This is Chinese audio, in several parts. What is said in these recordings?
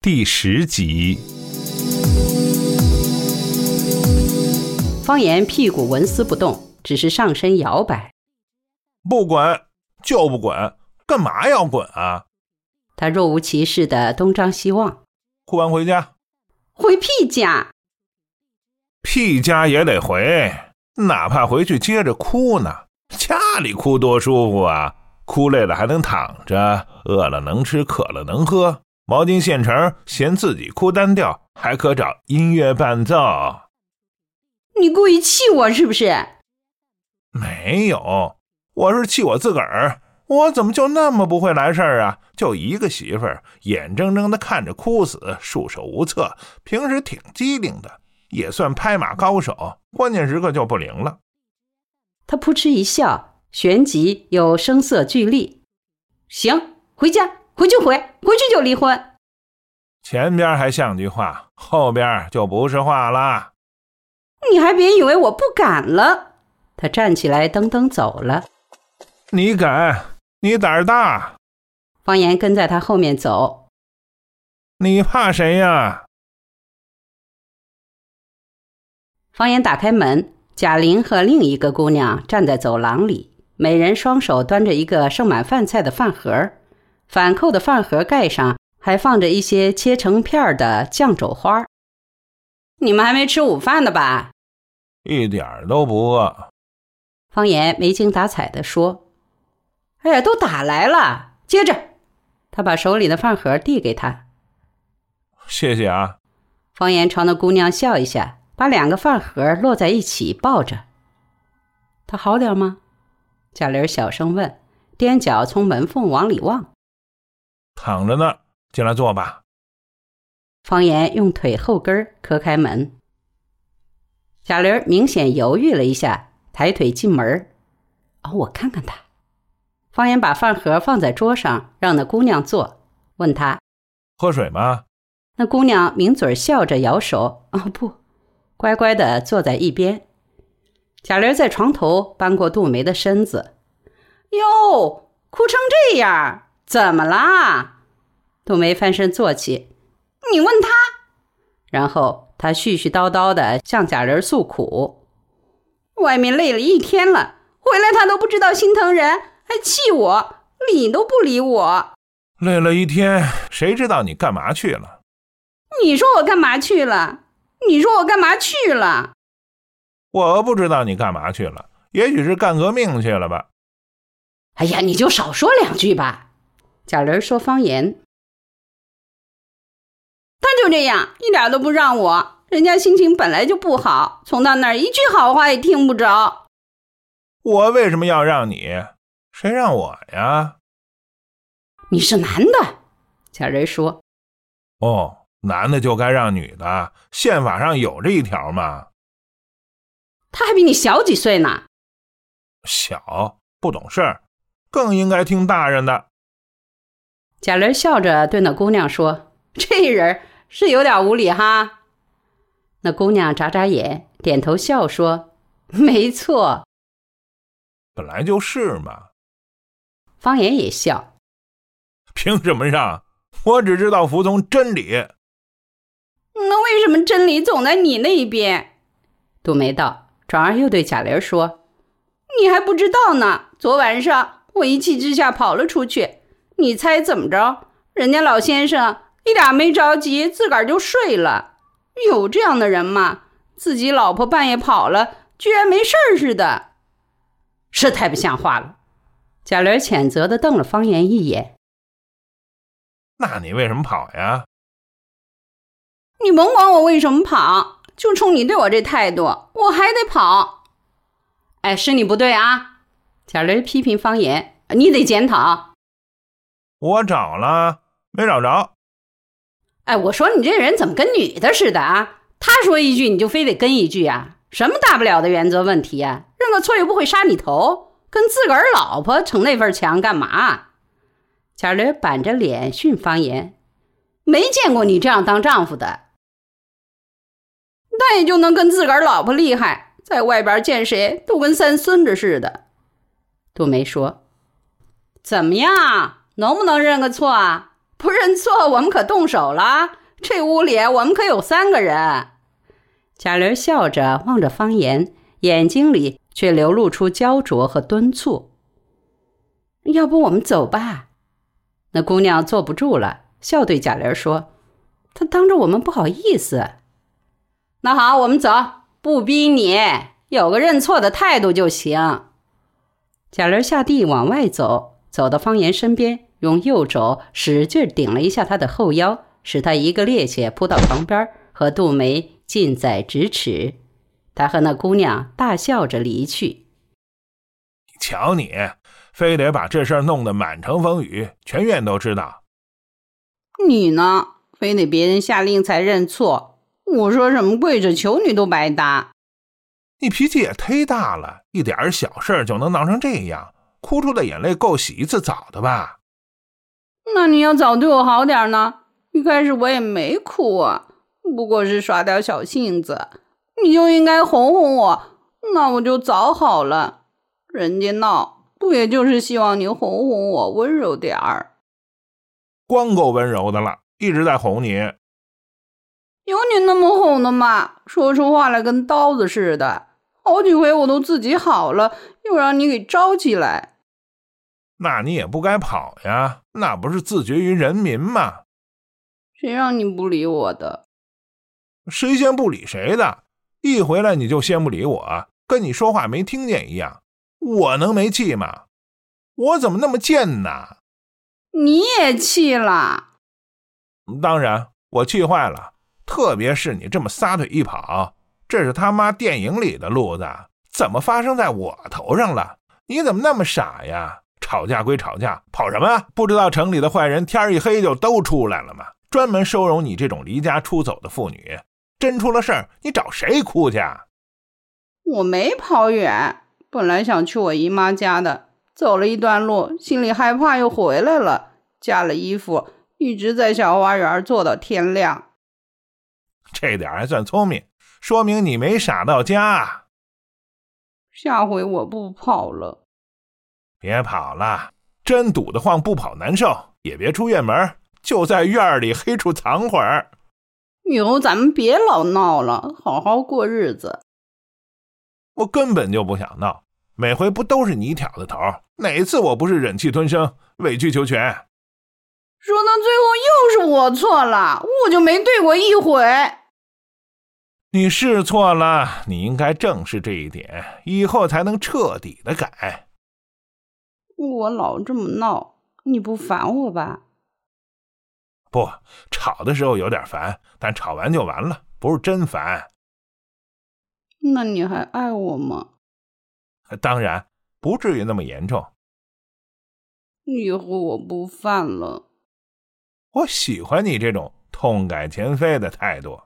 第十集，方言屁股纹丝不动，只是上身摇摆。不滚就不滚，干嘛要滚啊？他若无其事的东张西望。哭完回家，回屁家！屁家也得回，哪怕回去接着哭呢。家里哭多舒服啊！哭累了还能躺着，饿了能吃，渴了能喝。毛巾现成，嫌自己哭单调，还可找音乐伴奏。你故意气我是不是？没有，我是气我自个儿，我怎么就那么不会来事儿啊？就一个媳妇儿，眼睁睁的看着哭死，束手无策。平时挺机灵的，也算拍马高手，关键时刻就不灵了。他扑哧一笑，旋即又声色俱厉。行，回家，回就回，回去就离婚。前边还像句话，后边就不是话啦。你还别以为我不敢了。他站起来，噔噔走了。你敢？你胆儿大，方言跟在他后面走。你怕谁呀？方言打开门，贾玲和另一个姑娘站在走廊里，每人双手端着一个盛满饭菜的饭盒儿，反扣的饭盒盖上还放着一些切成片儿的酱肘花儿。你们还没吃午饭的吧？一点儿都不饿。方言没精打采地说：“哎呀，都打来了，接着。”他把手里的饭盒递给他。谢谢啊。方言朝那姑娘笑一下，把两个饭盒摞在一起抱着。他好点吗？贾玲小声问，踮脚从门缝往里望。躺着呢，进来坐吧。方言用腿后跟儿磕开门。贾玲明显犹豫了一下，抬腿进门儿。哦，我看看他。方言把饭盒放在桌上，让那姑娘坐，问她。喝水吗？那姑娘抿嘴儿笑着摇手：“哦，不，乖乖的坐在一边。”贾玲在床头扳过杜梅的身子：“哟，哭成这样，怎么啦？”杜梅翻身坐起：“你问他。”然后她絮絮叨叨的向贾玲诉苦：“外面累了一天了，回来他都不知道心疼人，还气我，理都不理我。累了一天，谁知道你干嘛去了？你说我干嘛去了？你说我干嘛去了？”我不知道你干嘛去了，也许是干革命去了吧。哎呀，你就少说两句吧。贾玲说方言，他就这样，一点都不让我。人家心情本来就不好，从他那儿一句好话也听不着。我为什么要让你？谁让我呀？你是男的，贾玲说，哦，男的就该让女的，宪法上有这一条嘛。他还比你小几岁呢。小不懂事儿，更应该听大人的。贾玲笑着对那姑娘说：“这人是有点无理哈。”那姑娘眨眨眼，点头笑说：“没错。本来就是嘛，”方言也笑。凭什么让？我只知道服从真理。那为什么真理总在你那一边？杜梅道，转而又对贾玲说：“你还不知道呢。昨晚上我一气之下跑了出去，你猜怎么着？人家老先生一点没着急，自个儿就睡了。有这样的人吗？自己老婆半夜跑了，居然没事儿似的，是太不像话了。”贾玲谴责的瞪了方言一眼。那你为什么跑呀？你甭管我为什么跑，就冲你对我这态度，我还得跑。哎，是你不对啊！贾玲批评方言，你得检讨。我找了，没找着。哎，我说你这人怎么跟女的似的啊？他说一句你就非得跟一句啊？什么大不了的原则问题啊？认个错又不会杀你头，跟自个儿老婆逞那份强干嘛？啊贾玲板着脸训方言：“没见过你这样当丈夫的，但也就能跟自个儿老婆厉害，在外边见谁都跟三孙子似的。”杜梅说：“怎么样，能不能认个错啊？不认错，我们可动手了。这屋里我们可有三个人。”贾玲笑着望着方言，眼睛里却流露出焦灼和敦促。要不我们走吧？那姑娘坐不住了，笑对贾玲说：“她当着我们不好意思。”那好，我们走，不逼你，有个认错的态度就行。贾玲下地往外走，走到方言身边，用右肘使劲顶了一下她的后腰，使她一个趔趄扑到床边，和杜梅近在咫尺。他和那姑娘大笑着离去。瞧你，非得把这事儿弄得满城风雨，全院都知道。你呢，非得别人下令才认错。我说什么跪着求你都白搭。你脾气也忒大了，一点儿小事儿就能闹成这样，哭出的眼泪够洗一次澡的吧？那你要早对我好点呢。一开始我也没哭啊，不过是耍点小性子。你就应该哄哄我，那我就早好了。人家闹不也就是希望你哄哄我，温柔点儿？光够温柔的了，一直在哄你。有你那么哄的吗？说出话来跟刀子似的，好几回我都自己好了，又让你给招起来。那你也不该跑呀，那不是自绝于人民吗？谁让你不理我的？谁先不理谁的，一回来你就先不理我，跟你说话没听见一样，我能没气吗？我怎么那么贱呢？你也气啦？嗯当然，我气坏了。特别是你这么撒腿一跑，这是他妈电影里的路子，怎么发生在我头上了？你怎么那么傻呀？吵架归吵架，跑什么？不知道城里的坏人天一黑就都出来了吗？专门收容你这种离家出走的妇女，真出了事儿，你找谁哭去？啊我没跑远，本来想去我姨妈家的，走了一段路，心里害怕又回来了，加了衣服，一直在小花园坐到天亮。这点还算聪明，说明你没傻到家。啊下回我不跑了，别跑了，真堵得慌，不跑难受，也别出院门，就在院里黑处藏会儿。以后咱们别老闹了，好好过日子。我根本就不想闹，每回不都是你挑的头？哪次我不是忍气吞声、委曲求全？说到最后又是我错了，我就没对过一回。你是错了，你应该正视这一点，以后才能彻底的改。我老这么闹，你不烦我吧？不，吵的时候有点烦，但吵完就完了，不是真烦。那你还爱我吗？当然，不至于那么严重。以后我不犯了。我喜欢你这种痛改前非的态度。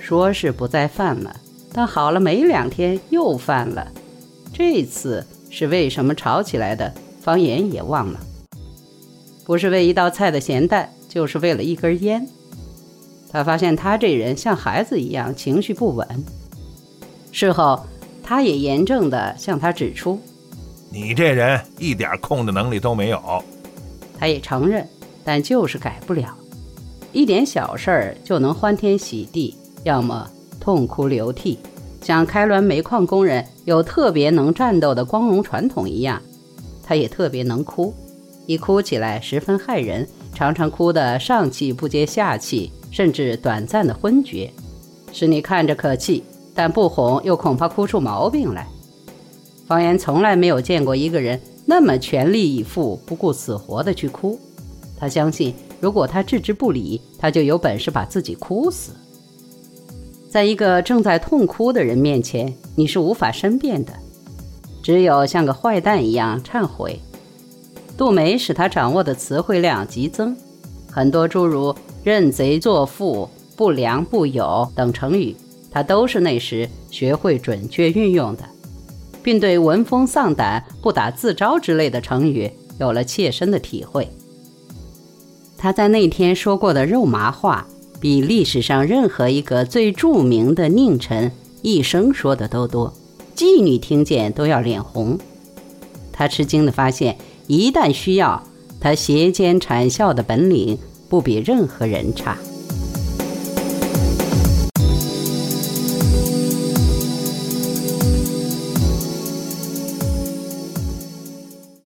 说是不再犯了，但好了没两天又犯了。这次是为什么吵起来的？方言也忘了。不是为一道菜的咸淡，就是为了一根烟。他发现他这人像孩子一样情绪不稳。事后，他也严正地向啊他指出，你这人一点控制能力都没有。他也承认。但就是改不了，一点小事儿就能欢天喜地，要么痛哭流涕，像开滦煤矿工人有特别能战斗的光荣传统一样，他也特别能哭，一哭起来十分害人，常常哭得上气不接下气，甚至短暂的昏厥，使你看着可气，但不哄又恐怕哭出毛病来。方言从来没有见过一个人那么全力以赴、不顾死活的去哭。他相信，如果他置之不理，他就有本事把自己哭死。在一个正在痛哭的人面前，你是无法申辩的，只有像个坏蛋一样忏悔。杜梅使他掌握的词汇量急增，很多诸如“认贼作父”“不良不友”等成语，他都是那时学会准确运用的，并对“闻风丧胆”“不打自招”之类的成语有了切身的体会。他在那天说过的肉麻话，比历史上任何一个最著名的佞臣一生说的都多，妓女听见都要脸红。他吃惊地发现，一旦需要，他斜肩谄笑的本领不比任何人差。